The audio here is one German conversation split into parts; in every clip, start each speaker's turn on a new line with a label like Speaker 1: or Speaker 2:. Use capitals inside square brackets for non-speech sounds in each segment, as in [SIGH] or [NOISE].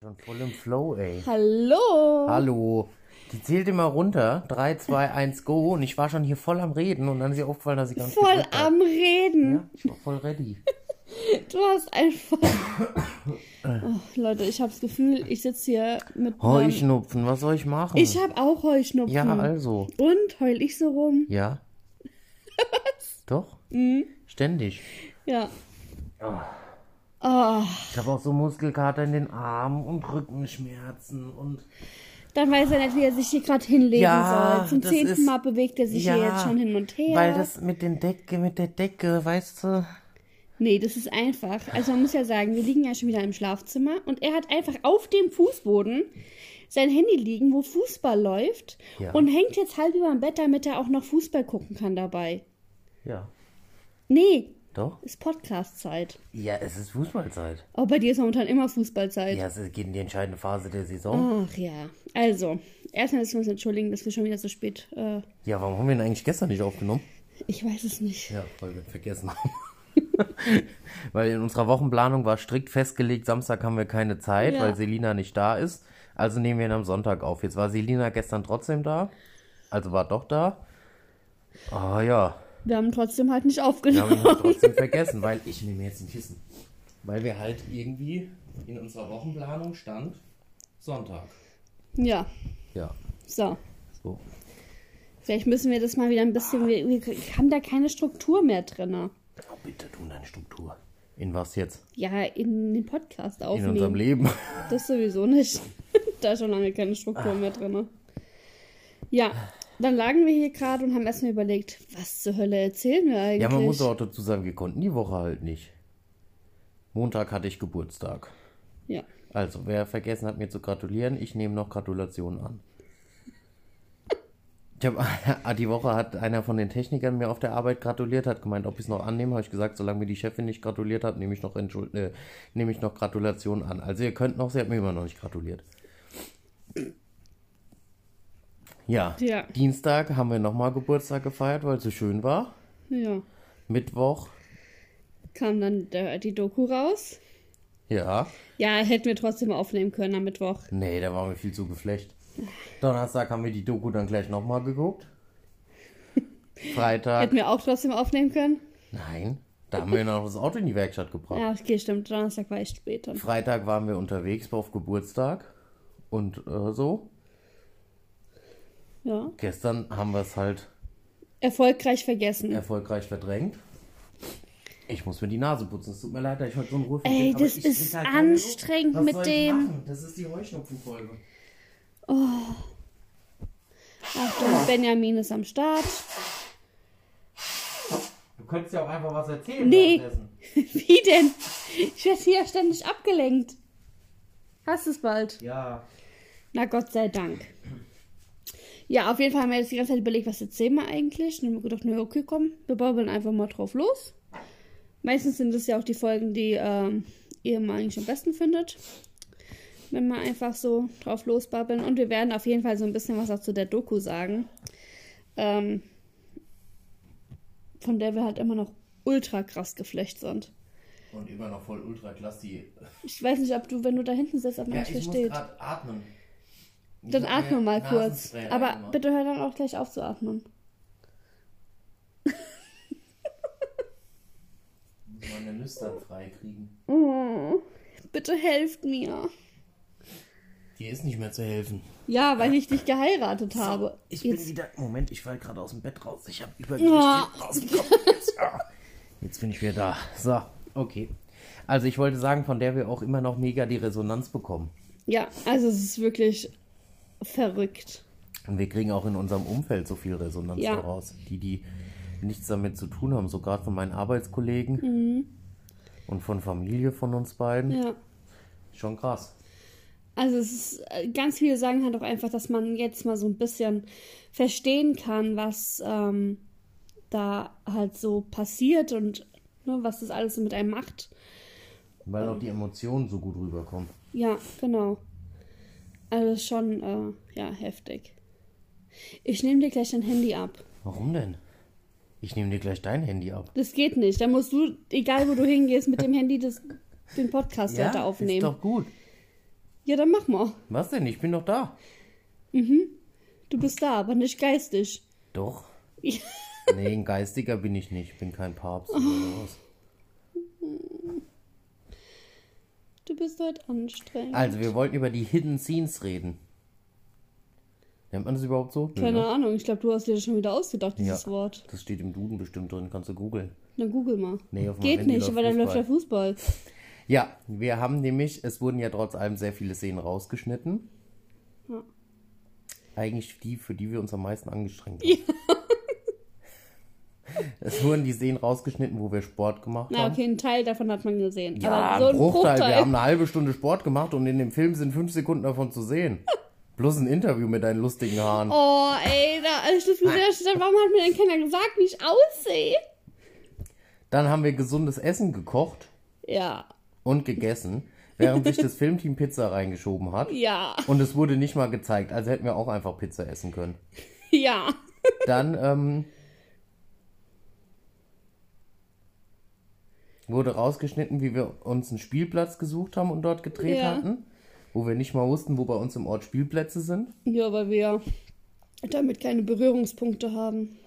Speaker 1: Schon voll im Flow, ey.
Speaker 2: Hallo.
Speaker 1: Hallo. Die zählt immer runter. 3, 2, 1, go. Und ich war schon hier voll am Reden und dann ist ihr aufgefallen, dass ich gar nicht
Speaker 2: Voll
Speaker 1: gedrückt hab.
Speaker 2: am Reden.
Speaker 1: Ja, ich war voll ready.
Speaker 2: Du hast einfach. Oh, Leute, ich habe das Gefühl, ich sitze hier mit. einem-
Speaker 1: Heuschnupfen, was soll ich machen?
Speaker 2: ich habe auch Heuschnupfen.
Speaker 1: ja, also.
Speaker 2: Und heul ich so rum?
Speaker 1: Ja. Doch?
Speaker 2: Hm?
Speaker 1: Ständig.
Speaker 2: Ja. Oh,
Speaker 1: Ich habe auch so Muskelkater in den Armen und Rückenschmerzen und.
Speaker 2: dann weiß er nicht, wie er sich hier gerade hinlegen
Speaker 1: Ja,
Speaker 2: soll. Zum
Speaker 1: das
Speaker 2: zehnten
Speaker 1: ist-
Speaker 2: Mal bewegt er sich hier jetzt schon hin und her.
Speaker 1: Weil das mit den Decke, mit der Decke, weißt du?
Speaker 2: nee, das ist einfach. Also man muss ja sagen, wir liegen ja schon wieder im Schlafzimmer und er hat einfach auf dem Fußboden sein Handy liegen, wo Fußball läuft
Speaker 1: Ja.
Speaker 2: und hängt jetzt halb über dem Bett, damit er auch noch Fußball gucken kann dabei.
Speaker 1: Ja.
Speaker 2: Nee,
Speaker 1: Doch?
Speaker 2: ist Podcast-Zeit.
Speaker 1: Ja, es ist Fußballzeit.
Speaker 2: Oh, bei dir ist momentan immer Fußballzeit.
Speaker 1: Ja, es geht in die entscheidende Phase der Saison.
Speaker 2: Ach ja. Also, erstmal müssen wir uns entschuldigen, dass wir schon wieder so spät. Äh,
Speaker 1: Ja, warum haben wir ihn eigentlich gestern nicht aufgenommen?
Speaker 2: ich weiß es nicht.
Speaker 1: Ja, weil wir ihn vergessen haben. [LAUGHS] weil in unserer Wochenplanung war strikt festgelegt, Samstag haben wir keine Zeit,
Speaker 2: Ja.
Speaker 1: weil Selina nicht da ist. Also nehmen wir ihn am Sonntag auf. Jetzt war Selina gestern trotzdem da. Also war doch da. Ah ja,
Speaker 2: Wir haben trotzdem halt nicht
Speaker 1: wir haben ihn
Speaker 2: [LAUGHS]
Speaker 1: halt
Speaker 2: aufgenommen.
Speaker 1: trotzdem vergessen, weil ich nehme jetzt ein Kissen. Weil wir halt irgendwie in unserer Wochenplanung stand Sonntag.
Speaker 2: Ja,
Speaker 1: Ja,
Speaker 2: so.
Speaker 1: so.
Speaker 2: Vielleicht müssen wir das mal wieder ein bisschen. Wir, wir haben da keine Struktur mehr drin.
Speaker 1: Oh, bitte tu deine Struktur. In was jetzt?
Speaker 2: Ja, in den Podcast
Speaker 1: In
Speaker 2: aufnehmen.
Speaker 1: unserem Leben.
Speaker 2: Das sowieso nicht. [LAUGHS] da ist schon lange keine Struktur
Speaker 1: Ah.
Speaker 2: mehr drin. ne? Ja, dann lagen wir hier gerade und haben erstmal überlegt, was zur Hölle erzählen wir eigentlich?
Speaker 1: Ja, man muss auch dazu sagen, wir konnten die Woche halt nicht. Montag hatte ich Geburtstag.
Speaker 2: Ja.
Speaker 1: Also, wer vergessen hat, mir zu gratulieren, ich nehme noch Gratulationen an. Ich hab, [LAUGHS] die Woche hat einer von den Technikern mir auf der Arbeit gratuliert, hat gemeint, ob ich es noch annehme. Habe ich gesagt, solange mir die Chefin nicht gratuliert hat, nehme ich noch, Entschuld- äh, nehme ich noch Gratulationen an. Also, ihr könnt noch, sie hat mir immer noch nicht gratuliert. Ja,
Speaker 2: Ja.
Speaker 1: Dienstag haben wir nochmal Geburtstag gefeiert, weil es so schön war.
Speaker 2: Ja.
Speaker 1: Mittwoch,
Speaker 2: Kam dann der, die Doku raus.
Speaker 1: ja.
Speaker 2: Ja, hätten wir trotzdem aufnehmen können am Mittwoch.
Speaker 1: Nee, da waren wir viel zu geflecht. Donnerstag haben wir die Doku dann gleich nochmal
Speaker 2: [LAUGHS]
Speaker 1: geguckt. Freitag.
Speaker 2: Hätten wir auch trotzdem aufnehmen können?
Speaker 1: Nein, da haben wir noch das Auto in die Werkstatt gebracht.
Speaker 2: Ja, okay, stimmt. Donnerstag war ich später.
Speaker 1: Freitag waren wir unterwegs auf Geburtstag und äh, so.
Speaker 2: Ja.
Speaker 1: Gestern haben wir es halt
Speaker 2: Erfolgreich vergessen.
Speaker 1: erfolgreich verdrängt. Ich muss mir die Nase putzen. Es tut mir leid, dass ich heute so einen Ruf
Speaker 2: Ey,
Speaker 1: krieg, aber
Speaker 2: das
Speaker 1: ich
Speaker 2: ist
Speaker 1: krieg halt keine Luft.
Speaker 2: anstrengend
Speaker 1: Was
Speaker 2: mit
Speaker 1: soll
Speaker 2: dem-
Speaker 1: Ich machen? Das ist die Heuschnupfenfolge.
Speaker 2: Achtung, Benjamin ist am Start. [LAUGHS]
Speaker 1: Du könntest ja auch einfach was erzählen.
Speaker 2: Nee.
Speaker 1: währenddessen.
Speaker 2: Wie denn? Ich werde hier ständig abgelenkt. Hast es bald.
Speaker 1: Ja.
Speaker 2: Na Gott sei Dank. Ja, auf jeden Fall haben wir jetzt die ganze Zeit überlegt, was erzählen wir eigentlich. Und dann haben wir gedacht, naja, okay, komm, wir babbeln einfach mal drauf los. Meistens sind es ja auch die Folgen, die ähm, ihr mal eigentlich am besten findet. Wenn wir einfach so drauf losbabbeln. Und wir werden auf jeden Fall so ein bisschen was auch zu der Doku sagen. Ähm, von der wir halt immer noch ultra krass geflecht sind.
Speaker 1: Und immer noch voll ultra klassi
Speaker 2: Ich weiß nicht, ob du, wenn du da hinten sitzt, ob man
Speaker 1: Ja,
Speaker 2: dich
Speaker 1: ich
Speaker 2: versteht.
Speaker 1: muss gerade atmen. Ich
Speaker 2: Dann
Speaker 1: hab mir
Speaker 2: atme mal kurz.
Speaker 1: Nasenspray
Speaker 2: Aber
Speaker 1: reingemacht.
Speaker 2: bitte hör dann auch gleich auf zu atmen.
Speaker 1: Ich muss meine Nüstern freikriegen.
Speaker 2: Oh, bitte helft mir.
Speaker 1: Dir ist nicht mehr zu helfen.
Speaker 2: Ja, weil ich dich geheiratet habe.
Speaker 1: Ich bin
Speaker 2: Jetzt, Ah.
Speaker 1: wieder. Moment, ich fall gerade aus dem Bett raus. Ich habe
Speaker 2: Ja.
Speaker 1: übergewicht aus dem Kopf.
Speaker 2: [LAUGHS]
Speaker 1: Jetzt, ah. Jetzt bin ich wieder da. So, okay. Also ich wollte sagen, von der wir auch immer noch mega die Resonanz bekommen.
Speaker 2: ja, also es ist wirklich verrückt.
Speaker 1: Und wir kriegen auch in unserem Umfeld so viel Resonanz
Speaker 2: Ja.
Speaker 1: daraus, die, die nichts damit zu tun haben. So gerade von meinen Arbeitskollegen und von Familie von uns beiden.
Speaker 2: Mhm. Ja.
Speaker 1: Schon krass.
Speaker 2: Also es ist, äh, ganz viele sagen halt auch einfach, dass man jetzt mal so ein bisschen verstehen kann, was ähm, da halt so passiert und ne, was das alles so mit einem macht.
Speaker 1: Weil auch die Emotionen so gut rüberkommen.
Speaker 2: Ja, genau. Also schon, äh, ja, heftig. Ich nehme dir gleich dein Handy ab.
Speaker 1: Warum denn? Ich nehme dir gleich dein Handy ab.
Speaker 2: Das geht nicht. Da musst du, egal wo du hingehst, mit dem Handy das, den Podcast weiter
Speaker 1: Ist
Speaker 2: aufnehmen.
Speaker 1: doch gut.
Speaker 2: Ja, dann mach mal.
Speaker 1: Was denn? Ich bin doch da.
Speaker 2: Du bist da, aber nicht geistig. [LAUGHS]
Speaker 1: Doch.
Speaker 2: Ja.
Speaker 1: Nee, ein Geistiger bin ich nicht. Ich bin kein Papst
Speaker 2: Oh
Speaker 1: oder sowas.
Speaker 2: Du bist heute anstrengend.
Speaker 1: Also, wir wollten über die Hidden Scenes reden. Nennt man das überhaupt so? Nö,
Speaker 2: Keine
Speaker 1: ne?
Speaker 2: Ahnung, ich glaube, du hast dir das schon wieder ausgedacht, dieses
Speaker 1: Ja.
Speaker 2: Wort.
Speaker 1: Das steht im Duden bestimmt drin. Kannst du googeln.
Speaker 2: Dann google mal.
Speaker 1: Nee, auf meinem
Speaker 2: Geht
Speaker 1: Handy
Speaker 2: nicht,
Speaker 1: läuft
Speaker 2: weil dann läuft
Speaker 1: Fußball.
Speaker 2: der Fußball.
Speaker 1: Ja, wir haben nämlich, es wurden ja trotz allem sehr viele Szenen rausgeschnitten.
Speaker 2: Ja.
Speaker 1: Eigentlich die, für die wir uns am meisten angestrengt haben. [LAUGHS] Es wurden die Szenen rausgeschnitten, wo wir Sport gemacht
Speaker 2: Na,
Speaker 1: haben.
Speaker 2: okay, einen Teil davon hat man gesehen.
Speaker 1: Ja,
Speaker 2: aber so
Speaker 1: ein
Speaker 2: ein
Speaker 1: Bruchteil.
Speaker 2: Bruchteil.
Speaker 1: Wir haben eine halbe Stunde Sport gemacht und in dem Film sind fünf Sekunden davon zu
Speaker 2: [LAUGHS]
Speaker 1: sehen. Plus ein Interview mit deinen lustigen Haaren.
Speaker 2: Oh, ey, da, also ich dachte mir sehr schnell, warum hat mir denn keiner gesagt, wie ich aussehe?
Speaker 1: Dann haben wir gesundes Essen gekocht
Speaker 2: Ja,
Speaker 1: und gegessen, während sich
Speaker 2: [LAUGHS]
Speaker 1: das Filmteam Pizza reingeschoben hat.
Speaker 2: ja,
Speaker 1: Und es wurde nicht mal gezeigt, also hätten wir auch einfach Pizza essen können.
Speaker 2: ja.
Speaker 1: Dann ähm, wurde rausgeschnitten, wie wir uns einen Spielplatz gesucht haben und dort gedreht
Speaker 2: Ja.
Speaker 1: hatten, wo wir nicht mal wussten, wo bei uns im Ort Spielplätze sind.
Speaker 2: Ja, weil wir damit keine Berührungspunkte haben.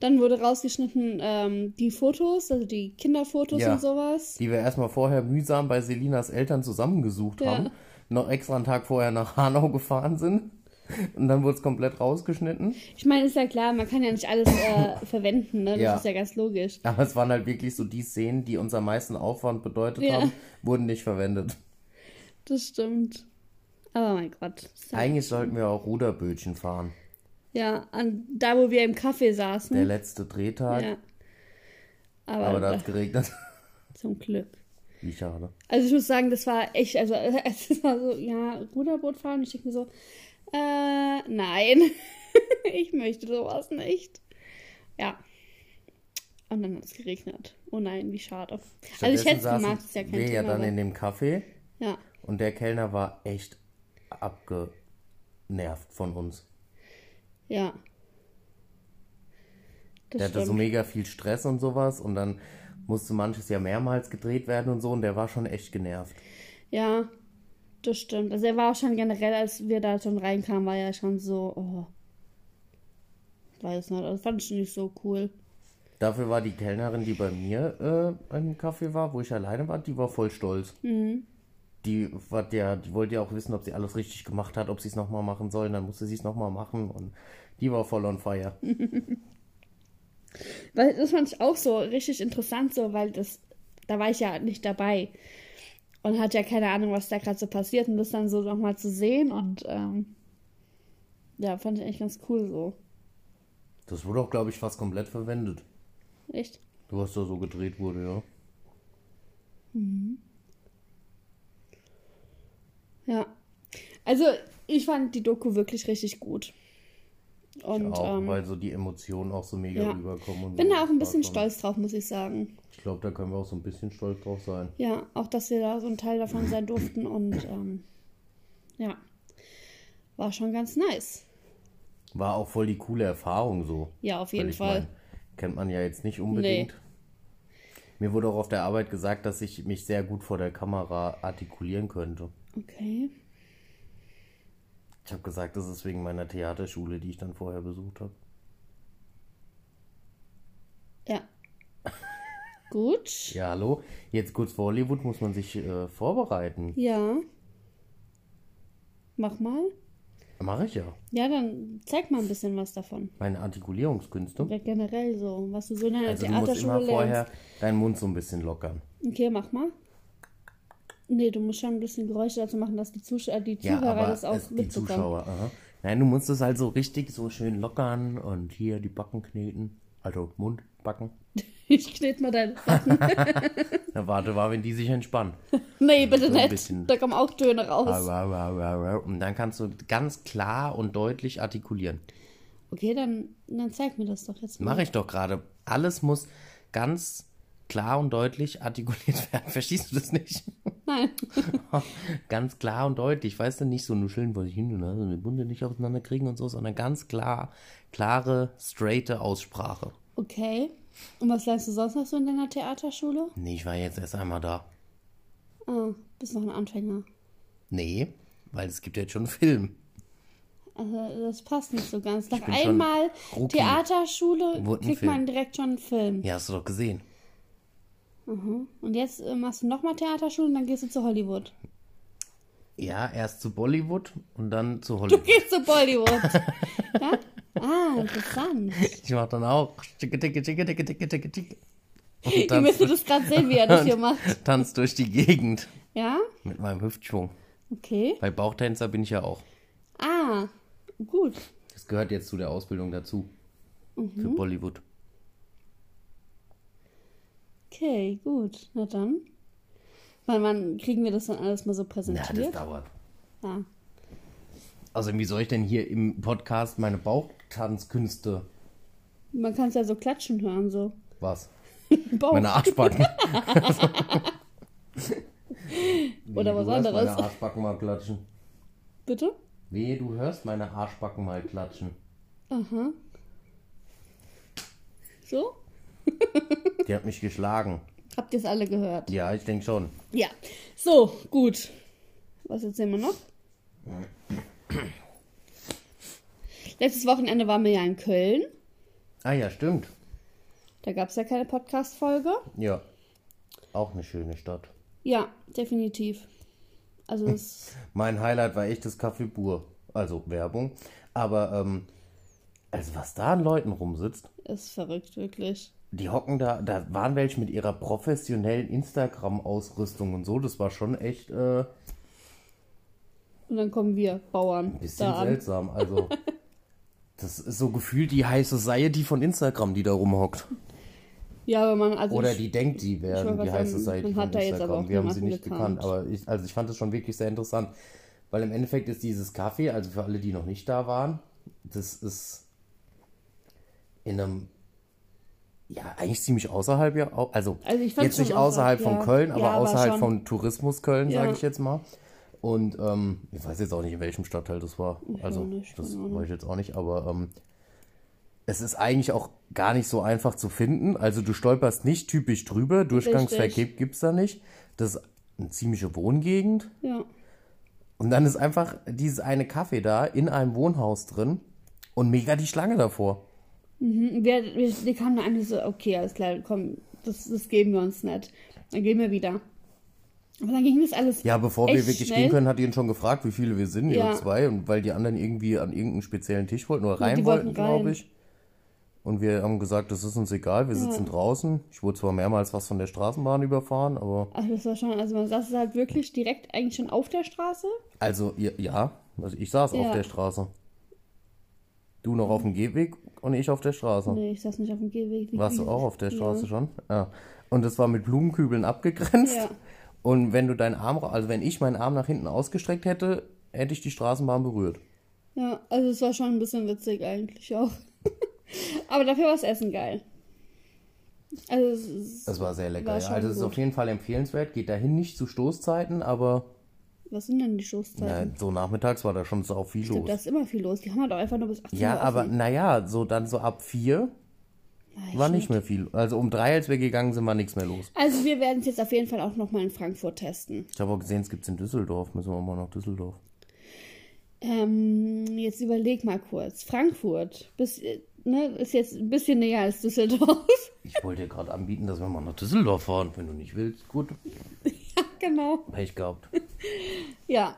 Speaker 2: Dann wurde rausgeschnitten ähm, die Fotos, also die Kinderfotos
Speaker 1: Ja.
Speaker 2: und sowas.
Speaker 1: die wir erstmal vorher mühsam bei Selinas Eltern zusammengesucht
Speaker 2: Ja.
Speaker 1: haben, noch extra einen Tag vorher nach [LAUGHS] Hanau gefahren sind. Und dann wurde es komplett rausgeschnitten.
Speaker 2: Ich meine, ist ja klar, man kann ja nicht alles
Speaker 1: [LAUGHS]
Speaker 2: äh, verwenden, ne? Das
Speaker 1: Ja.
Speaker 2: ist ja ganz logisch.
Speaker 1: Aber es waren halt wirklich so die Szenen, die uns am meisten Aufwand bedeutet
Speaker 2: Ja.
Speaker 1: haben, wurden nicht verwendet.
Speaker 2: Das stimmt. Aber mein Gott. Ist Ja,
Speaker 1: Eigentlich sollten wir auch Ruderbötchen fahren.
Speaker 2: ja an, da wo wir im Café saßen.
Speaker 1: Der letzte Drehtag,
Speaker 2: ja. Aber,
Speaker 1: aber da
Speaker 2: da,
Speaker 1: hat es geregnet. [LAUGHS]
Speaker 2: zum Glück.
Speaker 1: Wie schade. ne?
Speaker 2: Also ich muss sagen, das war echt, also [LAUGHS] es war so, ja, Ruderboot fahren. Ich denke mir so, äh, nein, [LAUGHS] ich möchte sowas nicht. Ja. Und dann hat es geregnet. Oh nein, wie schade. also ich
Speaker 1: Stattdessen
Speaker 2: hätte es
Speaker 1: saßen
Speaker 2: gemacht, ist ja kein
Speaker 1: wir
Speaker 2: Thema. ne?
Speaker 1: ja dann
Speaker 2: aber-
Speaker 1: in dem Café
Speaker 2: ja.
Speaker 1: und der Kellner war echt abgenervt von uns.
Speaker 2: Ja. Das
Speaker 1: Der hatte so
Speaker 2: stimmt.
Speaker 1: mega viel Stress und sowas und dann musste manches ja mehrmals gedreht werden und so und der war schon echt genervt.
Speaker 2: ja, das stimmt. Also er war auch schon generell, als wir da schon reinkamen, war ja schon so, oh. Weiß nicht, das fand ich nicht so cool.
Speaker 1: Dafür war die Kellnerin, die bei mir äh, im Café war, wo ich alleine war, die war voll stolz.
Speaker 2: Mhm.
Speaker 1: Die, war der, die wollte ja auch wissen, ob sie alles richtig gemacht hat, ob sie es nochmal machen sollen, dann musste sie es nochmal machen und die war voll on fire.
Speaker 2: Weil das fand ich auch so richtig interessant, so, weil das, da war ich ja nicht dabei und hatte ja keine Ahnung, was da gerade so passiert und das dann so nochmal zu sehen und ähm, ja, fand ich eigentlich ganz cool so.
Speaker 1: Das wurde auch, glaube ich, fast komplett verwendet.
Speaker 2: Echt?
Speaker 1: Du hast da so gedreht wurde, ja.
Speaker 2: Ja. Also, ich fand die Doku wirklich richtig gut. Und
Speaker 1: auch,
Speaker 2: ähm,
Speaker 1: weil so die Emotionen auch so mega
Speaker 2: ja.
Speaker 1: rüberkommen. Und
Speaker 2: bin
Speaker 1: so.
Speaker 2: da auch ein bisschen
Speaker 1: Davon-
Speaker 2: stolz drauf, muss ich sagen.
Speaker 1: Ich glaube, da können wir auch so ein bisschen stolz drauf sein.
Speaker 2: Ja, auch, dass wir da so ein Teil davon sein durften und ähm, ja, war schon ganz nice.
Speaker 1: War auch voll die coole Erfahrung so.
Speaker 2: Ja, auf
Speaker 1: Weil
Speaker 2: jeden
Speaker 1: ich
Speaker 2: Fall.
Speaker 1: mein, kennt man ja jetzt nicht unbedingt. Mir wurde auch auf der Arbeit gesagt, dass ich mich sehr gut vor der Kamera artikulieren könnte.
Speaker 2: Okay.
Speaker 1: Ich habe gesagt, das ist wegen meiner Theaterschule, die ich dann vorher besucht habe.
Speaker 2: Ja. gut.
Speaker 1: Ja, hallo. Jetzt kurz vor Hollywood muss man sich äh, vorbereiten.
Speaker 2: Ja. Mach mal.
Speaker 1: Mache ich ja.
Speaker 2: Ja, dann zeig mal ein bisschen was davon.
Speaker 1: Meine Artikulierungskünste.
Speaker 2: Ja, generell so, was du so in einer
Speaker 1: Also du musst
Speaker 2: Theaterschule
Speaker 1: immer vorher
Speaker 2: lernst.
Speaker 1: deinen Mund so ein bisschen lockern.
Speaker 2: Okay, mach mal. Nee, du musst schon ein bisschen Geräusche dazu machen, dass die, Zusch äh, die
Speaker 1: Ja,
Speaker 2: Zuhörer
Speaker 1: aber
Speaker 2: das auch
Speaker 1: es- die
Speaker 2: mitbekommen.
Speaker 1: Zuschauer. Aha. Nein, du musst es halt so richtig so schön lockern und hier die Backen kneten. Also Mund, Backen.
Speaker 2: [LAUGHS] Ich knete mal deine [LAUGHS] Backen.
Speaker 1: Na, warte, war, wenn die sich
Speaker 2: [LAUGHS]
Speaker 1: entspannen.
Speaker 2: Nee, bitte
Speaker 1: So ein
Speaker 2: nicht.
Speaker 1: bisschen.
Speaker 2: Da kommen auch Töne raus.
Speaker 1: Au, au, au, au, au. Und dann kannst du ganz klar und deutlich artikulieren.
Speaker 2: Okay, dann, dann zeig mir das doch jetzt mal.
Speaker 1: Mache ich doch gerade. Alles muss ganz klar und deutlich artikuliert [LAUGHS] werden. Verstehst du das nicht?
Speaker 2: Nein.
Speaker 1: [LAUGHS] ganz klar und deutlich. Weißt du, nicht so nuscheln, wo ich hin ne, und den Bund nicht auseinanderkriegen und so, sondern ganz klar, klare, straighte Aussprache.
Speaker 2: Okay. Und was lernst du sonst noch so in deiner Theaterschule?
Speaker 1: Nee, ich war jetzt erst einmal da.
Speaker 2: Ah, bist noch ein Anfänger.
Speaker 1: Nee, weil es gibt ja jetzt schon einen Film.
Speaker 2: Also, das passt nicht so ganz. Nach
Speaker 1: bin schon
Speaker 2: einmal
Speaker 1: Rookie.
Speaker 2: Theaterschule
Speaker 1: Wurde ein
Speaker 2: kriegt
Speaker 1: Film.
Speaker 2: man direkt schon einen Film.
Speaker 1: Ja, hast du doch gesehen.
Speaker 2: Und jetzt äh, machst du nochmal Theaterschule und dann gehst du zu Hollywood. [LAUGHS]
Speaker 1: Ja, erst zu Bollywood und dann zu
Speaker 2: [LAUGHS]
Speaker 1: Hollywood.
Speaker 2: Gehst zu
Speaker 1: [LAUGHS]
Speaker 2: Bollywood. ja? Ah, interessant.
Speaker 1: Ich mach dann auch. Schicke, ticke, ticke, ticke, ticke, ticke, ticke. Und
Speaker 2: Ihr
Speaker 1: dann
Speaker 2: müsst das gerade sehen, wie er das hier macht.
Speaker 1: tanz durch die Gegend
Speaker 2: Ja?
Speaker 1: mit meinem Hüftschwung.
Speaker 2: Okay.
Speaker 1: Bei Bauchtänzer bin ich ja auch.
Speaker 2: Ah, gut.
Speaker 1: Das gehört jetzt zu der Ausbildung dazu. Für Bollywood.
Speaker 2: Okay, gut. Na dann. Wann, wann kriegen wir das dann alles mal so
Speaker 1: Na, das
Speaker 2: präsentiert?
Speaker 1: dauert.
Speaker 2: ah.
Speaker 1: Also, wie soll ich denn hier im Podcast meine Bauchtanzkünste?
Speaker 2: Man kann es ja so klatschen hören, so.
Speaker 1: Was?
Speaker 2: Bauch.
Speaker 1: Meine
Speaker 2: [LAUGHS]
Speaker 1: Arschbacken.
Speaker 2: Oder was
Speaker 1: du hörst
Speaker 2: anderes.
Speaker 1: Meine Arschbacken mal klatschen.
Speaker 2: Bitte?
Speaker 1: Wehe, du hörst meine Arschbacken mal klatschen.
Speaker 2: Aha. So?
Speaker 1: Die hat mich geschlagen.
Speaker 2: Habt ihr es alle gehört?
Speaker 1: Ja, ich denke schon.
Speaker 2: Ja. So, gut. Was erzählen wir noch? Letztes Wochenende waren wir ja in Köln.
Speaker 1: Ah ja, stimmt.
Speaker 2: Da gab es ja keine Podcast-Folge.
Speaker 1: Ja. Auch eine schöne Stadt.
Speaker 2: Ja, definitiv. Also, es, [LAUGHS]
Speaker 1: Mein Highlight war echt das Café Bur. Also Werbung. Aber, ähm, also was da an Leuten rumsitzt,
Speaker 2: ist verrückt, wirklich.
Speaker 1: die hocken da, da waren welche mit ihrer professionellen Instagram-Ausrüstung und so. Das war schon echt äh, ein
Speaker 2: Und dann kommen wir, Bauern,
Speaker 1: bisschen
Speaker 2: da an.
Speaker 1: seltsam. Also, das ist so gefühlt die High Society von Instagram, die da rumhockt.
Speaker 2: Ja, aber man, also.
Speaker 1: Oder
Speaker 2: ich-
Speaker 1: die denkt, die
Speaker 2: wollte
Speaker 1: wären die
Speaker 2: gerade
Speaker 1: heiße
Speaker 2: sagen,
Speaker 1: Seite
Speaker 2: man
Speaker 1: von
Speaker 2: hat da jetzt aber
Speaker 1: Instagram.
Speaker 2: auch
Speaker 1: Wir haben sie
Speaker 2: niemanden
Speaker 1: nicht gekannt.
Speaker 2: gekannt.
Speaker 1: Aber ich, also ich fand das schon wirklich sehr interessant. Weil im Endeffekt ist dieses Kaffee, also für alle, die noch nicht da waren, das ist in einem, ja, eigentlich ziemlich außerhalb, ja, au- also,
Speaker 2: Also ich fand's
Speaker 1: jetzt nicht
Speaker 2: schon
Speaker 1: außerhalb
Speaker 2: außerhalb,
Speaker 1: von
Speaker 2: ja.
Speaker 1: Köln, aber
Speaker 2: Ja, aber
Speaker 1: außerhalb
Speaker 2: schon.
Speaker 1: von Tourismus Köln,
Speaker 2: Ja.
Speaker 1: sage ich jetzt mal. Und ähm, ich weiß jetzt auch nicht, in welchem Stadtteil das war. also,
Speaker 2: auch nicht,
Speaker 1: das
Speaker 2: keine Ahnung.
Speaker 1: weiß ich jetzt auch nicht, aber ähm, es ist eigentlich auch gar nicht so einfach zu finden. Also du stolperst nicht typisch drüber, Durchgangsverkehr gibt's da nicht. Das ist eine ziemliche Wohngegend.
Speaker 2: Ja.
Speaker 1: Und dann ist einfach dieses eine Kaffee da in einem Wohnhaus drin und mega die Schlange davor.
Speaker 2: Wir, wir, wir kamen da an, wir so, okay, alles klar, komm, das, das geben wir uns nicht. Dann gehen wir wieder. Aber dann ging das alles.
Speaker 1: Ja, bevor wir
Speaker 2: Echt
Speaker 1: wirklich
Speaker 2: schnell?
Speaker 1: gehen können, hat ihn schon gefragt, wie viele wir sind, ja.
Speaker 2: Ja.
Speaker 1: zwei. Und weil die anderen irgendwie an irgendeinen speziellen Tisch wollten oder
Speaker 2: Ja,
Speaker 1: rein
Speaker 2: die
Speaker 1: wollten,
Speaker 2: wollten
Speaker 1: glaube
Speaker 2: rein.
Speaker 1: ich. Und wir haben gesagt, das ist uns egal, wir sitzen draußen. Ich wurde zwar mehrmals was von der Straßenbahn überfahren, aber.
Speaker 2: Also das war schon, also man saß halt wirklich direkt eigentlich schon auf der Straße.
Speaker 1: Also, ja, ja. Also ich saß auf
Speaker 2: Ja.
Speaker 1: der Straße. Du noch auf dem Gehweg und ich auf der Straße.
Speaker 2: Nee, ich saß nicht auf dem Gehweg. Wie
Speaker 1: Warst du
Speaker 2: wie-
Speaker 1: auch auf der Straße
Speaker 2: Ja.
Speaker 1: schon? Ja. Und das war mit Blumenkübeln abgegrenzt.
Speaker 2: Ja.
Speaker 1: Und wenn du deinen Arm, also wenn ich meinen Arm nach hinten ausgestreckt hätte, hätte ich die Straßenbahn berührt.
Speaker 2: Ja, also es war schon ein bisschen witzig eigentlich auch. [LAUGHS] Aber dafür war das Essen geil. Also es ist,
Speaker 1: Das war sehr lecker.
Speaker 2: War
Speaker 1: ja.
Speaker 2: schon
Speaker 1: Also es ist
Speaker 2: gut.
Speaker 1: auf jeden Fall empfehlenswert. Geht dahin nicht zu Stoßzeiten, aber
Speaker 2: was sind denn die
Speaker 1: na,
Speaker 2: Stoßzeiten?
Speaker 1: so nachmittags war da schon so viel
Speaker 2: Stimmt,
Speaker 1: los.
Speaker 2: da ist immer viel los. Die haben halt auch einfach nur bis 18
Speaker 1: Ja,
Speaker 2: Uhr
Speaker 1: aber
Speaker 2: offen. Ah,
Speaker 1: naja, so dann so ab vier
Speaker 2: Nein,
Speaker 1: war nicht mehr viel. Also um drei, als wir gegangen sind, war nichts mehr los.
Speaker 2: Also wir werden es jetzt auf jeden Fall auch nochmal in Frankfurt testen.
Speaker 1: Ich habe auch gesehen, es gibt es in Düsseldorf. Müssen wir mal nach Düsseldorf.
Speaker 2: Ähm, jetzt überleg mal kurz. Frankfurt bis, äh, ne, ist jetzt ein bisschen näher als Düsseldorf. [LAUGHS]
Speaker 1: Ich wollte dir gerade anbieten, dass wir mal nach Düsseldorf fahren. Wenn du nicht willst, gut,
Speaker 2: genau.
Speaker 1: Pech gehabt.
Speaker 2: Ja,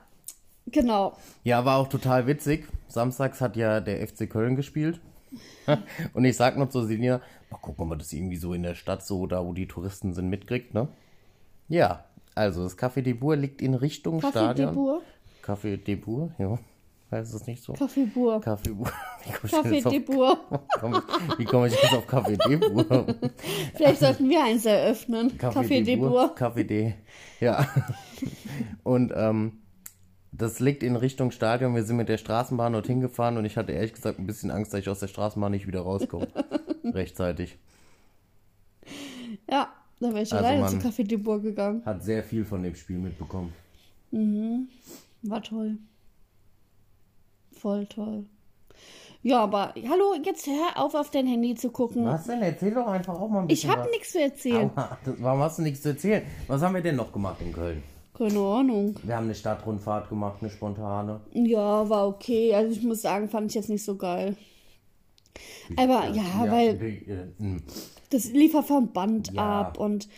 Speaker 2: genau.
Speaker 1: Ja, war auch total witzig. Samstags hat ja der FC Köln gespielt. [LAUGHS] Und ich sag noch zu Selina, mal gucken, ob man das irgendwie so in der Stadt, so da, wo die Touristen sind, mitkriegt, ne? Ja, also das Café de Boer liegt in Richtung
Speaker 2: Café de
Speaker 1: Stadion.
Speaker 2: Bourg.
Speaker 1: Café de Boer, ja. Heißt das nicht so?
Speaker 2: Café Bourg.
Speaker 1: Café Boer. [LAUGHS] Wie komme ich, denn
Speaker 2: Café
Speaker 1: jetzt auf-
Speaker 2: de Bourg.
Speaker 1: komm, [LAUGHS] wie komm ich jetzt auf Café de Boer?
Speaker 2: Vielleicht sollten wir eins eröffnen. Café de Bourg.
Speaker 1: Café de. Ja. [LAUGHS] Und ähm, das liegt in Richtung Stadion. Wir sind mit der Straßenbahn dorthin gefahren und ich hatte ehrlich gesagt ein bisschen Angst, dass ich aus der Straßenbahn nicht wieder
Speaker 2: [LAUGHS]
Speaker 1: rauskomme. Rechtzeitig.
Speaker 2: Ja, da wäre ich
Speaker 1: Also
Speaker 2: alleine
Speaker 1: man-
Speaker 2: zu Café de Bourg gegangen.
Speaker 1: Hat sehr viel von dem Spiel mitbekommen.
Speaker 2: War toll. Voll toll. Ja, aber hallo, jetzt hör auf, auf dein Handy zu gucken.
Speaker 1: Was denn? Erzähl doch einfach auch mal ein
Speaker 2: Ich
Speaker 1: bisschen.
Speaker 2: habe
Speaker 1: was.
Speaker 2: nichts zu erzählen.
Speaker 1: Aua, das- Warum hast du nichts zu erzählen? Was haben wir denn noch gemacht in Köln?
Speaker 2: Keine Ahnung.
Speaker 1: Wir haben eine Stadtrundfahrt gemacht, eine spontane.
Speaker 2: Ja, war okay. Also ich muss sagen, fand ich jetzt nicht so geil. Aber ja, weil
Speaker 1: die- äh, mh.
Speaker 2: das Lieferverfahren band
Speaker 1: Ja.
Speaker 2: ab und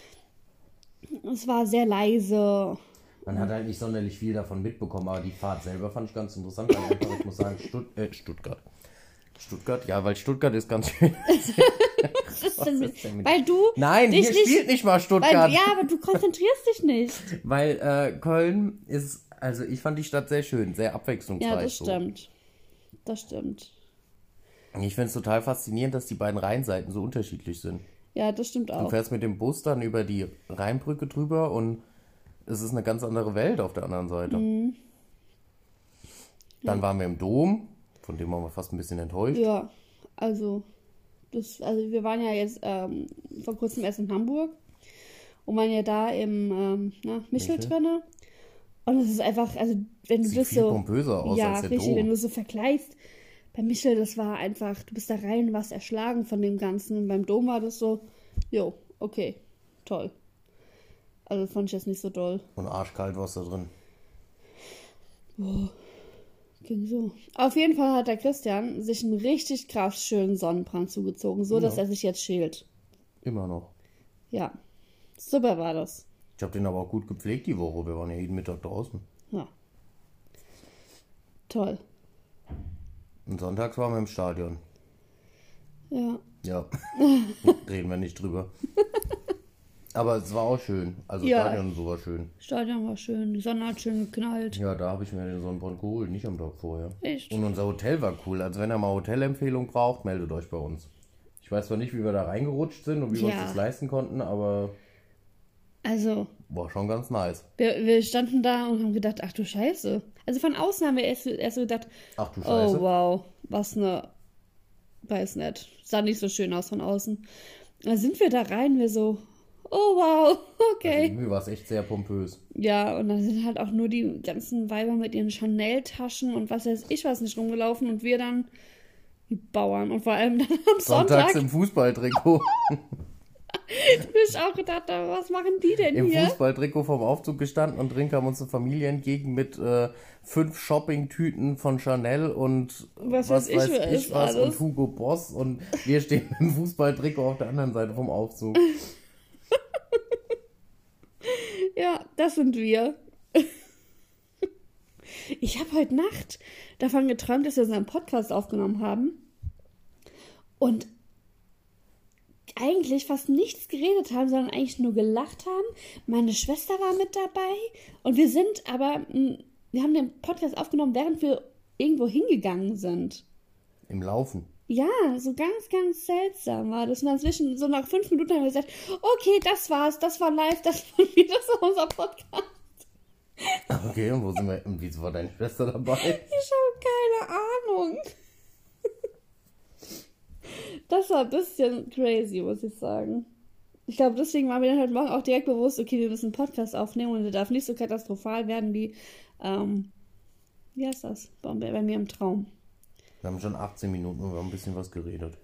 Speaker 2: es war sehr leise.
Speaker 1: Man hat halt nicht sonderlich viel davon mitbekommen, aber die Fahrt selber fand ich ganz interessant. Weil einfach, ich muss sagen, Stutt äh, Stuttgart. Stuttgart, ja, weil Stuttgart ist ganz schön.
Speaker 2: Was ist denn mit,
Speaker 1: denn mit-
Speaker 2: weil du
Speaker 1: [LAUGHS] Nein,
Speaker 2: dich
Speaker 1: hier
Speaker 2: nicht,
Speaker 1: spielt nicht mal
Speaker 2: weil,
Speaker 1: Stuttgart.
Speaker 2: ja, aber du konzentrierst dich nicht.
Speaker 1: [LAUGHS] Weil äh, Köln ist, also ich fand die Stadt sehr schön, sehr abwechslungsreich.
Speaker 2: Ja, das
Speaker 1: so.
Speaker 2: stimmt. Das stimmt.
Speaker 1: Ich finde es total faszinierend, dass die beiden Rheinseiten so unterschiedlich sind.
Speaker 2: Ja, das stimmt
Speaker 1: Du
Speaker 2: auch.
Speaker 1: fährst mit dem Bus dann über die Rheinbrücke drüber und es ist eine ganz andere Welt auf der anderen Seite.
Speaker 2: Mhm.
Speaker 1: Dann waren wir im Dom, von dem waren wir fast ein bisschen enttäuscht.
Speaker 2: Ja, also, das, also wir waren ja jetzt ähm, vor kurzem erst in Hamburg und waren ja da im ähm, na, Michel
Speaker 1: Michel?
Speaker 2: drinne. Und es ist einfach, also wenn du
Speaker 1: Sieht
Speaker 2: das
Speaker 1: viel
Speaker 2: so.
Speaker 1: pompöser aus
Speaker 2: ja,
Speaker 1: als der
Speaker 2: richtig,
Speaker 1: Dom.
Speaker 2: wenn du so vergleichst. Bei Michel, das war einfach, du bist da rein und warst erschlagen von dem Ganzen. Und beim Dom war das so, jo, okay, toll. Also fand ich jetzt nicht so doll.
Speaker 1: Und arschkalt war es da drin.
Speaker 2: Ging so. Auf jeden Fall hat der Christian sich einen richtig krass schönen Sonnenbrand zugezogen, so dass
Speaker 1: Ja.
Speaker 2: er sich jetzt schält.
Speaker 1: Immer noch.
Speaker 2: Ja. Super war das.
Speaker 1: Ich habe den aber auch gut gepflegt die Woche. Wir waren ja jeden Mittag draußen.
Speaker 2: Ja. Toll.
Speaker 1: Und sonntags waren wir im Stadion.
Speaker 2: Ja.
Speaker 1: Ja.
Speaker 2: [LAUGHS]
Speaker 1: Reden wir nicht drüber. Aber es war auch schön. Also
Speaker 2: Ja.
Speaker 1: Stadion und so war schön.
Speaker 2: Stadion war schön, die Sonne hat schön geknallt.
Speaker 1: Ja, da habe ich mir den Sonnenbrand geholt, nicht am Tag vorher.
Speaker 2: Echt?
Speaker 1: Und unser Hotel war cool. Also wenn ihr mal Hotelempfehlung braucht, meldet euch bei uns. Ich weiß zwar nicht, wie wir da reingerutscht sind und wie wir
Speaker 2: Ja.
Speaker 1: uns das leisten konnten, aber
Speaker 2: Also,
Speaker 1: war schon ganz nice.
Speaker 2: wir, wir standen da und haben gedacht, ach du Scheiße. Also von außen haben wir erst, erst so gedacht,
Speaker 1: Ach du
Speaker 2: oh
Speaker 1: Scheiße.
Speaker 2: wow, was ne, weiß nicht, sah nicht so schön aus von außen. Dann sind wir da rein, wir so, oh wow, [LAUGHS] okay.
Speaker 1: Irgendwie war es echt sehr pompös.
Speaker 2: Ja, und dann sind halt auch nur die ganzen Weiber mit ihren Chanel-Taschen und was weiß ich was nicht rumgelaufen und wir dann die Bauern und vor allem dann am Sonntag
Speaker 1: Sonntags im
Speaker 2: [LAUGHS]
Speaker 1: Fußballtrikot.
Speaker 2: bin ich auch gedacht, habe, was machen die denn
Speaker 1: Im
Speaker 2: hier?
Speaker 1: Fußballtrikot vorm Aufzug gestanden und drin kam uns eine Familie entgegen mit äh, fünf Shoppingtüten von Chanel und
Speaker 2: Was weiß ich, wer ist
Speaker 1: was
Speaker 2: alles.
Speaker 1: und Hugo Boss und wir stehen im Fußballtrikot auf der anderen Seite vom Aufzug.
Speaker 2: Ja, das sind wir. [LAUGHS] Ich habe heute Nacht davon geträumt, dass wir so einen Podcast aufgenommen haben und eigentlich fast nichts geredet haben, sondern eigentlich nur gelacht haben. Meine Schwester war mit dabei und wir sind aber, mh, wir haben den Podcast aufgenommen, während wir irgendwo hingegangen sind.
Speaker 1: Im Laufen.
Speaker 2: Ja, so ganz, ganz seltsam war das. Und dazwischen, so nach fünf Minuten haben wir gesagt, okay, das war's, das war [LAUGHS] live, das waren wir, das war unser Podcast.
Speaker 1: Okay, und wo sind wir? Und wieso war deine Schwester dabei?
Speaker 2: Ich habe keine Ahnung. Das war ein bisschen crazy, muss ich sagen. Ich glaube, deswegen war mir dann heute Morgen auch direkt bewusst, okay, wir müssen einen Podcast aufnehmen und der darf nicht so katastrophal werden wie, ähm, wie heißt das? Bei, bei mir im Traum.
Speaker 1: Wir haben schon 18 Minuten und wir haben ein bisschen was geredet.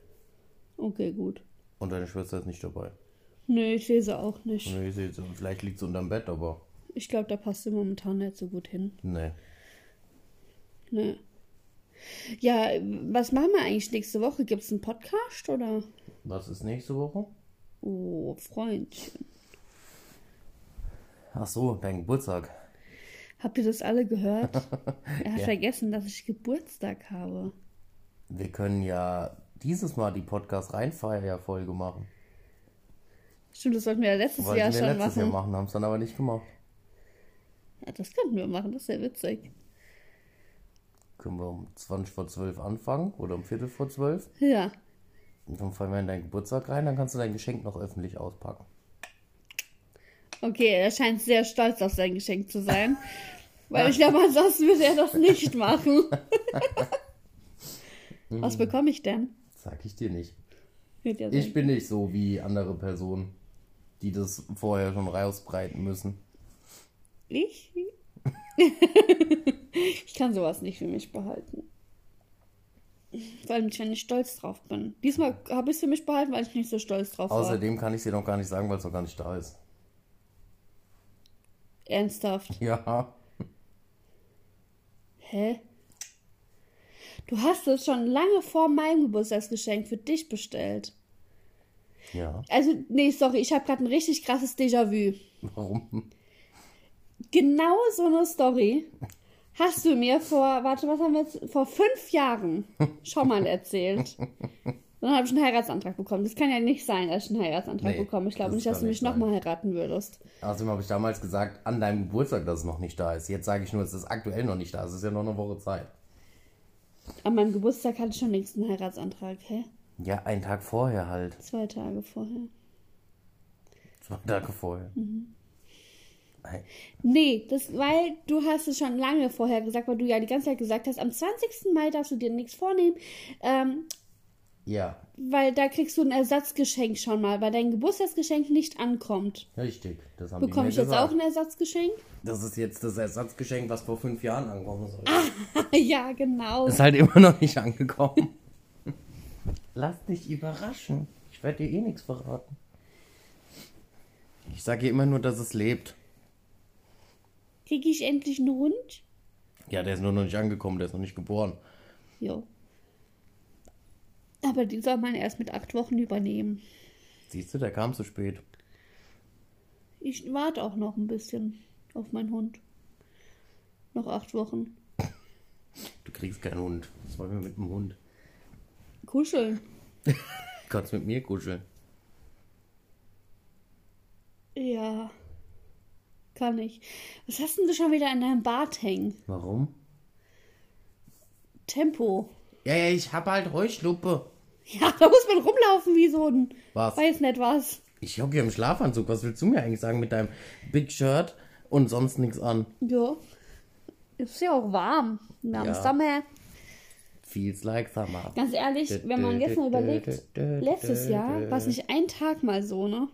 Speaker 2: Okay, gut.
Speaker 1: Und deine Schwester ist nicht dabei.
Speaker 2: Nö, ich lese auch nicht.
Speaker 1: Nee, ich seh's. Und Vielleicht liegt sie unterm Bett, aber ne.
Speaker 2: Ich glaube, da passt sie momentan nicht so gut hin.
Speaker 1: nee.
Speaker 2: Nö. Ja, was machen wir eigentlich nächste Woche? Gibt es einen Podcast oder?
Speaker 1: Was ist nächste Woche?
Speaker 2: Oh, Freundchen.
Speaker 1: Ach so, dein Geburtstag.
Speaker 2: Habt ihr das
Speaker 1: [LAUGHS]
Speaker 2: alle gehört? Er hat vergessen, dass ich Geburtstag habe.
Speaker 1: Wir können ja dieses Mal die Podcast-Reinfeier-Folge machen.
Speaker 2: Stimmt, das wollten wir ja letztes
Speaker 1: Wollten
Speaker 2: Jahr
Speaker 1: wir
Speaker 2: schon
Speaker 1: letztes
Speaker 2: machen.
Speaker 1: Jahr machen, haben es dann aber nicht gemacht.
Speaker 2: Ja, das könnten wir machen, das ist ja witzig.
Speaker 1: Können wir um 20 vor 12 anfangen oder um Viertel vor 12.
Speaker 2: Ja.
Speaker 1: Und dann fallen wir in deinen Geburtstag rein, dann kannst du dein Geschenk noch öffentlich auspacken.
Speaker 2: Okay, er scheint sehr stolz auf sein Geschenk
Speaker 1: [LAUGHS]
Speaker 2: zu sein. Weil ich glaube, ansonsten würde er das
Speaker 1: [LAUGHS]
Speaker 2: nicht machen. Was bekomme ich denn?
Speaker 1: Sag ich dir nicht.
Speaker 2: Wird ja
Speaker 1: Ich
Speaker 2: sein.
Speaker 1: bin nicht so wie andere Personen, die das vorher schon rausbreiten müssen. [LAUGHS]
Speaker 2: Ich? ich kann sowas nicht für mich behalten. Vor allem nicht, wenn ich stolz drauf bin. Diesmal habe ich es für mich behalten, weil ich nicht so stolz drauf war.
Speaker 1: Außerdem kann ich es dir noch gar nicht sagen, weil es noch gar nicht da ist.
Speaker 2: Ernsthaft.
Speaker 1: [LAUGHS] Ja.
Speaker 2: Hä? Du hast es schon lange vor meinem Geburtstagsgeschenk für dich bestellt.
Speaker 1: Ja.
Speaker 2: Also, nee, sorry, ich habe gerade ein richtig krasses Déjà-vu.
Speaker 1: Warum?
Speaker 2: Genau so eine Story hast du mir vor, warte, was haben wir jetzt, vor fünf Jahren schon mal erzählt. Dann habe ich einen Heiratsantrag bekommen. Das kann ja nicht sein, dass ich einen Heiratsantrag
Speaker 1: Nee,
Speaker 2: bekomme. Ich glaube
Speaker 1: das
Speaker 2: nicht, dass
Speaker 1: kann
Speaker 2: du
Speaker 1: nicht
Speaker 2: mich nochmal heiraten würdest.
Speaker 1: Außerdem habe ich damals gesagt, an deinem Geburtstag, dass es noch nicht da ist. Jetzt sage ich nur, es ist aktuell noch nicht da. Es ist ja noch eine Woche Zeit.
Speaker 2: An meinem Geburtstag hatte ich schon längst einen Heiratsantrag, hä?
Speaker 1: Ja, einen Tag vorher halt. [LAUGHS]
Speaker 2: Zwei Tage vorher.
Speaker 1: Zwei Tage vorher. Nein.
Speaker 2: Nee, das, weil du hast es schon lange vorher gesagt, weil du ja die ganze Zeit gesagt hast, am 20. Mai darfst du dir nichts vornehmen, ähm,
Speaker 1: Ja,
Speaker 2: weil da kriegst du ein Ersatzgeschenk schon mal, weil dein Geburtstagsgeschenk nicht ankommt.
Speaker 1: richtig. Das haben
Speaker 2: Bekomme
Speaker 1: die
Speaker 2: ich
Speaker 1: mir
Speaker 2: jetzt
Speaker 1: gesagt.
Speaker 2: auch ein Ersatzgeschenk? [LAUGHS]
Speaker 1: Das ist jetzt das Ersatzgeschenk, was vor fünf Jahren angekommen ist.
Speaker 2: Ah. ja, genau.
Speaker 1: Ist halt [LAUGHS] immer noch nicht angekommen. [LAUGHS] Lass dich überraschen. Ich werde dir eh nichts verraten. Ich sage immer nur, dass es lebt.
Speaker 2: Kriege ich endlich einen Hund?
Speaker 1: Ja, der ist nur noch nicht angekommen, der ist noch nicht geboren.
Speaker 2: Jo. Aber die soll man erst mit acht Wochen übernehmen.
Speaker 1: Siehst du, der kam zu spät.
Speaker 2: Ich warte auch noch ein bisschen auf meinen Hund. Noch acht Wochen.
Speaker 1: Du kriegst keinen Hund. Was wollen wir mit dem Hund?
Speaker 2: Kuscheln.
Speaker 1: Du kannst mit mir kuscheln.
Speaker 2: Ja. Kann ich. Was hast denn du schon wieder in deinem Bart hängen?
Speaker 1: Warum?
Speaker 2: Tempo.
Speaker 1: Ja, ja, ich hab halt Heuschluppe.
Speaker 2: Ja, da muss man rumlaufen wie so ein.
Speaker 1: Was?
Speaker 2: Weiß nicht was.
Speaker 1: Ich hocke hier im Schlafanzug. Was willst du mir eigentlich sagen mit deinem Big Shirt und sonst nichts an?
Speaker 2: Ja. Ist ja auch warm. Wir haben
Speaker 1: Ja.
Speaker 2: Sommer.
Speaker 1: Feels like summer.
Speaker 2: Ganz ehrlich, wenn man jetzt mal überlegt, letztes Jahr war es nicht ein Tag mal so, ne?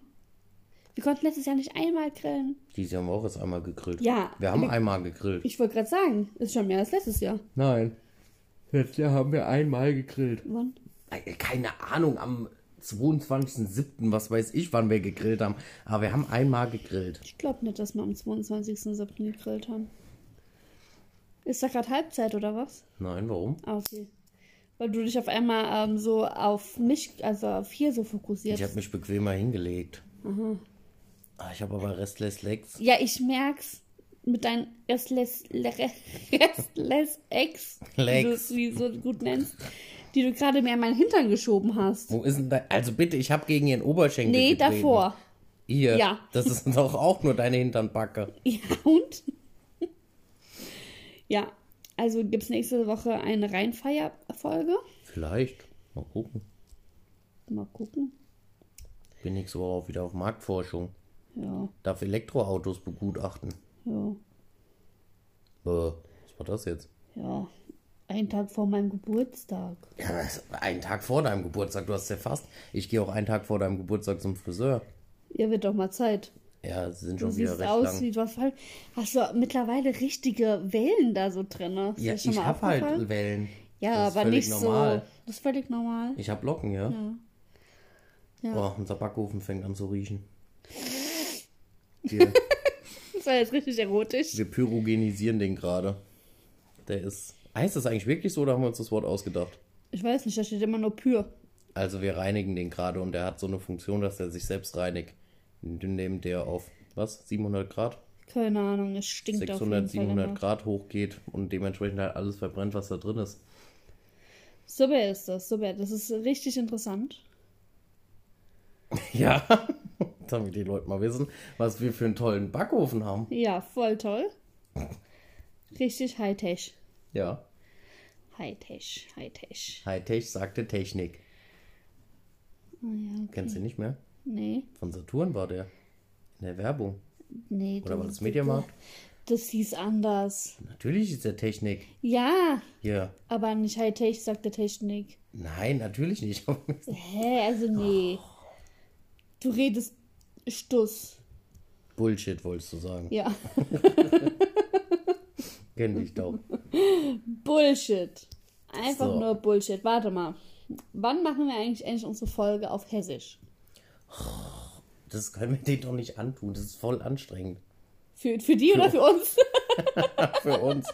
Speaker 2: Wir konnten letztes Jahr nicht einmal grillen.
Speaker 1: Diese haben wir auch erst einmal gegrillt.
Speaker 2: Ja.
Speaker 1: Wir haben einmal gegrillt.
Speaker 2: Ich wollte gerade sagen, ist schon mehr als letztes Jahr.
Speaker 1: Nein. Letztes Jahr haben wir einmal gegrillt.
Speaker 2: Wann?
Speaker 1: Keine Ahnung, am 22.07., was weiß ich, wann wir gegrillt haben. Aber wir haben einmal gegrillt.
Speaker 2: Ich glaube nicht, dass wir am 22.07. gegrillt haben. Ist da gerade Halbzeit oder was?
Speaker 1: Nein, warum?
Speaker 2: Ah, okay. Weil du dich auf einmal ähm, so auf mich, also auf hier so
Speaker 1: Ich
Speaker 2: fokussierst.
Speaker 1: habe mich bequemer hingelegt.
Speaker 2: Mhm.
Speaker 1: Ah, Ich habe aber Restless Legs.
Speaker 2: ja, ich merk's mit deinen Restless, Le- Restless Ex,
Speaker 1: Legs.
Speaker 2: wie du es- wie so gut nennst, die du gerade mir in meinen Hintern geschoben hast.
Speaker 1: Wo ist denn da? Also bitte, ich habe gegen ihren Oberschenkel
Speaker 2: Nee,
Speaker 1: getreten.
Speaker 2: davor.
Speaker 1: Hier.
Speaker 2: Ja.
Speaker 1: Das ist [LAUGHS] doch auch nur deine Hinternbacke.
Speaker 2: Ja, und? ja, also gibt's nächste Woche eine Reinfeier-Folge.
Speaker 1: Vielleicht. Mal gucken.
Speaker 2: Mal gucken.
Speaker 1: Bin nächste Woche auch wieder auf Marktforschung.
Speaker 2: Ja,
Speaker 1: Darf Elektroautos begutachten.
Speaker 2: ja,
Speaker 1: Bäh, was war das jetzt?
Speaker 2: ja. Ein Tag vor meinem Geburtstag.
Speaker 1: Ja, das war ein Tag vor deinem Geburtstag, du hast ja fast. Ich gehe auch einen Tag vor deinem Geburtstag zum Friseur.
Speaker 2: Ihr wird doch mal Zeit.
Speaker 1: Ja, es sind
Speaker 2: Du
Speaker 1: schon wieder
Speaker 2: siehst
Speaker 1: recht
Speaker 2: aus
Speaker 1: lang.
Speaker 2: wie du hast, voll- hast du mittlerweile richtige Wellen da so drin. ne? Ist
Speaker 1: Ja,
Speaker 2: dir schon
Speaker 1: ich
Speaker 2: mal
Speaker 1: hab halt
Speaker 2: aufgefallen?
Speaker 1: Wellen.
Speaker 2: Ja,
Speaker 1: Das ist
Speaker 2: aber
Speaker 1: völlig
Speaker 2: nicht
Speaker 1: normal.
Speaker 2: so. Das ist völlig normal.
Speaker 1: Ich hab Locken, ja.
Speaker 2: Ja.
Speaker 1: Boah, unser Backofen fängt an zu
Speaker 2: [LAUGHS]
Speaker 1: riechen. Wir,
Speaker 2: Das war jetzt richtig erotisch.
Speaker 1: wir pyrogenisieren den gerade. Der ist. Heißt das eigentlich wirklich so oder haben wir uns das Wort ausgedacht?
Speaker 2: Ich weiß nicht, da steht immer nur Pür.
Speaker 1: Also wir reinigen den gerade und der hat so eine Funktion, dass er sich selbst reinigt. Indem der auf was? 700 Grad?
Speaker 2: Keine Ahnung, es stinkt auf jeden
Speaker 1: 600,
Speaker 2: Fall.
Speaker 1: 700
Speaker 2: danach.
Speaker 1: Grad hochgeht und dementsprechend halt alles verbrennt, was da drin
Speaker 2: [LAUGHS]
Speaker 1: ist.
Speaker 2: Super ist das, super. Das ist richtig interessant.
Speaker 1: Ja, [LAUGHS] damit die Leute mal wissen, was wir für einen tollen Backofen haben.
Speaker 2: Ja, voll toll. Richtig Hightech.
Speaker 1: Ja,
Speaker 2: Hightech, Hightech.
Speaker 1: Hightech sagte Technik.
Speaker 2: Ah ja, okay.
Speaker 1: Kennst du nicht mehr?
Speaker 2: Nee,
Speaker 1: Von Saturn war der. In der Werbung.
Speaker 2: nee.
Speaker 1: Oder war das Mediamarkt?
Speaker 2: Das hieß anders.
Speaker 1: Natürlich ist der Technik.
Speaker 2: Ja,
Speaker 1: Ja.
Speaker 2: aber nicht Hightech, sagte Technik.
Speaker 1: Nein, natürlich nicht. [LAUGHS]
Speaker 2: Hä, also nee. Oh. Du redest Stuss.
Speaker 1: Bullshit wolltest du sagen.
Speaker 2: Ja,
Speaker 1: Kenn dich doch.
Speaker 2: Bullshit. Einfach
Speaker 1: So.
Speaker 2: nur Bullshit. Warte mal. Wann machen wir eigentlich endlich unsere Folge auf Hessisch?
Speaker 1: Das können wir denen doch nicht antun. Das ist voll anstrengend.
Speaker 2: Für, für die oder für uns?
Speaker 1: für uns.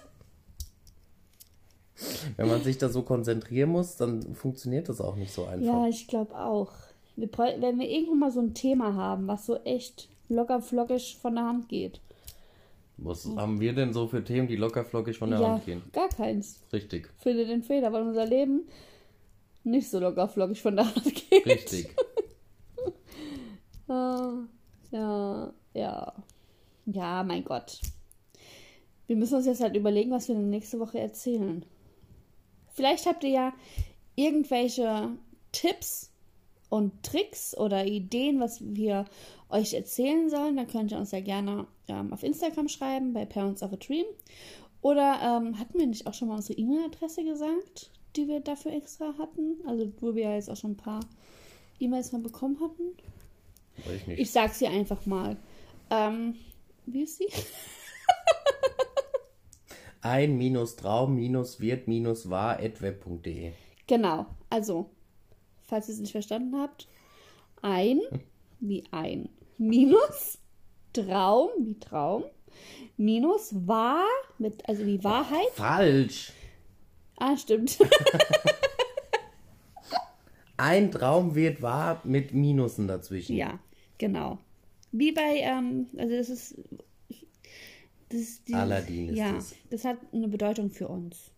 Speaker 1: Wenn man sich da so konzentrieren muss, dann funktioniert das auch nicht so einfach.
Speaker 2: [LAUGHS] Ja, ich glaube auch. Wir bräu- wenn wir irgendwo mal so ein Thema haben, was so echt locker flockig von der Hand geht.
Speaker 1: Was haben wir denn so für Themen, die locker flockig von der
Speaker 2: ja,
Speaker 1: Hand gehen?
Speaker 2: gar keins.
Speaker 1: Richtig,
Speaker 2: Finde den Fehler, weil unser Leben nicht so locker flockig von der Hand geht.
Speaker 1: richtig.
Speaker 2: Ah, ja, ja. Ja, mein Gott. Wir müssen uns jetzt halt überlegen, was wir dann nächste Woche erzählen. Vielleicht habt ihr ja irgendwelche Tipps und Tricks oder Ideen, was wir euch erzählen sollen. Dann könnt ihr uns ja gerne ähm, auf Instagram schreiben, bei Parents of a Dream. Oder ähm, hatten wir nicht auch schon mal unsere E-Mail-Adresse gesagt, die wir dafür extra hatten? Also, wo wir ja jetzt auch schon ein paar E-Mails mal bekommen hatten.
Speaker 1: Weiß ich nicht.
Speaker 2: Ich sag sie einfach mal. Ähm, wie ist sie?
Speaker 1: Ein minus Traum minus wird minus war at web.de.
Speaker 2: Genau, also, falls ihr es nicht verstanden habt, ein, wie ein, minus Traum, wie Traum, minus wahr, mit, also die Wahrheit.
Speaker 1: Falsch!
Speaker 2: Ah, stimmt. [LAUGHS]
Speaker 1: Ein Traum wird wahr mit Minusen dazwischen.
Speaker 2: ja, genau. Wie bei, ähm, also das ist. Das ist dieses,
Speaker 1: Aladdin ist
Speaker 2: ja,
Speaker 1: das.
Speaker 2: das hat eine Bedeutung für uns.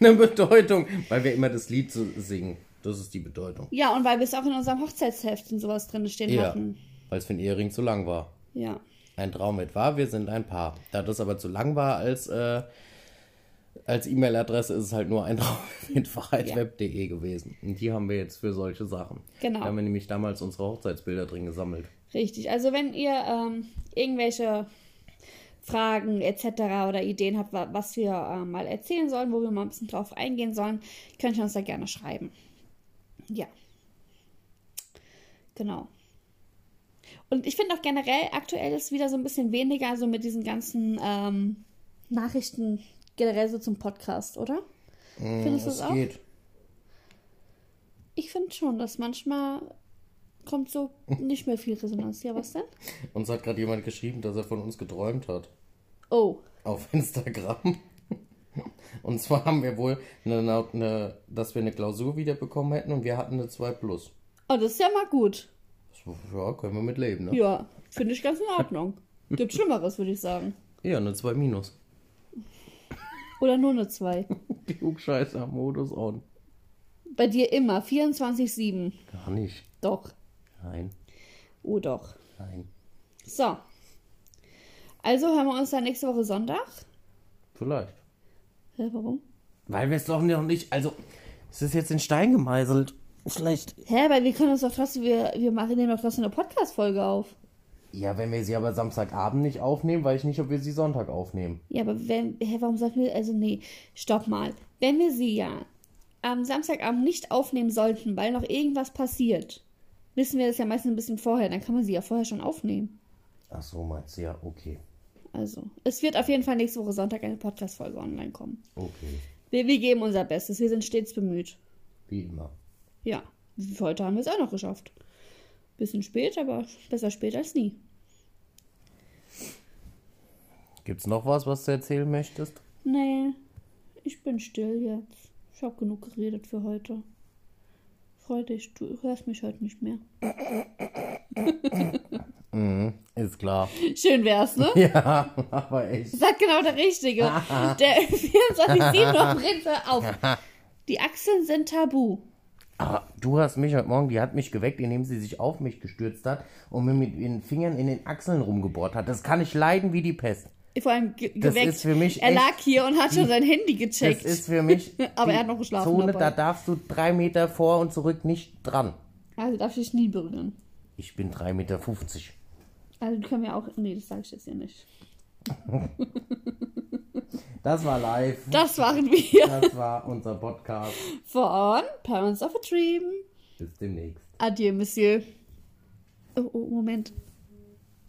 Speaker 1: Eine Bedeutung, weil wir immer das Lied so singen. Das ist die Bedeutung.
Speaker 2: Ja, und weil wir es auch in unserem Hochzeitsheft und sowas drin stehen
Speaker 1: Ja,
Speaker 2: hatten.
Speaker 1: weil es für den Ehering zu lang war.
Speaker 2: Ja.
Speaker 1: Ein Traum wird wahr, wir sind ein Paar. Da das aber zu lang war als, äh, als E-Mail-Adresse, ist es halt nur ein [LAUGHS] Traum wird wahr at
Speaker 2: Ja.
Speaker 1: web.de gewesen. Und die haben wir jetzt für solche Sachen.
Speaker 2: Genau.
Speaker 1: Da haben wir nämlich damals unsere Hochzeitsbilder drin gesammelt.
Speaker 2: Richtig. Also wenn ihr ähm, irgendwelche Fragen etc. oder Ideen habt, wa- was wir ähm, mal erzählen sollen, wo wir mal ein bisschen drauf eingehen sollen, könnt ihr uns da gerne schreiben. Ja. Genau. Und ich finde auch generell aktuell ist wieder so ein bisschen weniger so mit diesen ganzen ähm, Nachrichten generell so zum Podcast, oder? Findest du es auch?
Speaker 1: geht.
Speaker 2: Ich finde schon, dass manchmal kommt so nicht mehr viel Resonanz. Ja, was denn?
Speaker 1: Uns hat gerade jemand geschrieben, dass er von uns geträumt hat.
Speaker 2: Oh.
Speaker 1: auf [LAUGHS] Instagram. Und zwar haben wir wohl, eine, eine, dass wir eine Klausur wiederbekommen hätten und wir hatten eine 2 Plus.
Speaker 2: Oh, das ist ja mal gut.
Speaker 1: So, Ja, können wir mitleben, ne?
Speaker 2: Ja, finde ich ganz in Ordnung. Gibt Schlimmeres, würde ich sagen.
Speaker 1: Ja, eine 2 Minus.
Speaker 2: Oder nur eine 2.
Speaker 1: Klugscheißer, Modus on.
Speaker 2: Bei dir immer 24-7.
Speaker 1: Gar nicht.
Speaker 2: Doch.
Speaker 1: Nein,
Speaker 2: Oh, doch.
Speaker 1: nein.
Speaker 2: So. Also hören wir uns dann nächste Woche Sonntag.
Speaker 1: Vielleicht.
Speaker 2: Hä, warum?
Speaker 1: Weil wir es doch noch nicht, also, es ist jetzt in Stein gemeißelt. Vielleicht.
Speaker 2: Hä, weil wir können uns doch trotzdem, wir, wir machen nehmen doch trotzdem eine Podcast-Folge auf.
Speaker 1: Ja, wenn wir sie aber Samstagabend nicht aufnehmen, weiß ich nicht, ob wir sie Sonntag aufnehmen.
Speaker 2: Ja, aber wenn, hä, warum sagt mir, also nee, stopp mal. Wenn wir sie ja am Samstagabend nicht aufnehmen sollten, weil noch irgendwas passiert, wissen wir das ja meistens ein bisschen vorher, dann kann man sie ja vorher schon aufnehmen.
Speaker 1: Ach so, meinst du, ja, okay.
Speaker 2: Also, es wird auf jeden Fall nächste Woche Sonntag eine Podcast-Folge online kommen.
Speaker 1: Okay.
Speaker 2: Wir, wir geben unser Bestes, wir sind stets bemüht.
Speaker 1: Wie immer.
Speaker 2: Ja, für heute haben wir es auch noch geschafft. Bisschen spät, aber besser spät als nie.
Speaker 1: Gibt's noch was, was du erzählen möchtest?
Speaker 2: Nee, ich bin still jetzt. Ich habe genug geredet für heute. Freu dich, du hörst mich heute nicht mehr.
Speaker 1: Ist klar.
Speaker 2: Schön wär's, ne?
Speaker 1: Ja, aber echt.
Speaker 2: Sagt genau der Richtige.
Speaker 1: [LAUGHS]
Speaker 2: Der 24 noch bringt auf. Die Achseln sind tabu.
Speaker 1: Aber du hast mich heute Morgen, die hat mich geweckt, indem sie sich auf mich gestürzt hat und mir mit ihren Fingern in den Achseln rumgebohrt hat. Das kann ich leiden wie die Pest.
Speaker 2: Vor allem ge
Speaker 1: Das
Speaker 2: geweckt.
Speaker 1: ist für mich
Speaker 2: er
Speaker 1: echt-
Speaker 2: lag hier und hat schon sein Handy
Speaker 1: Das
Speaker 2: gecheckt.
Speaker 1: ist für mich.
Speaker 2: [LAUGHS] Aber er
Speaker 1: die
Speaker 2: hat noch geschlafen
Speaker 1: Zone,
Speaker 2: dabei.
Speaker 1: da darfst du drei Meter vor und zurück nicht dran.
Speaker 2: Also darf ich dich nie berühren.
Speaker 1: Ich bin drei Meter. fünfzig.
Speaker 2: Also können wir auch. Nee, das sage ich jetzt hier nicht.
Speaker 1: Das war live.
Speaker 2: Das waren wir
Speaker 1: Das war unser Podcast.
Speaker 2: von Parents of a Dream.
Speaker 1: Bis demnächst.
Speaker 2: Adieu, Monsieur. Oh, oh Moment.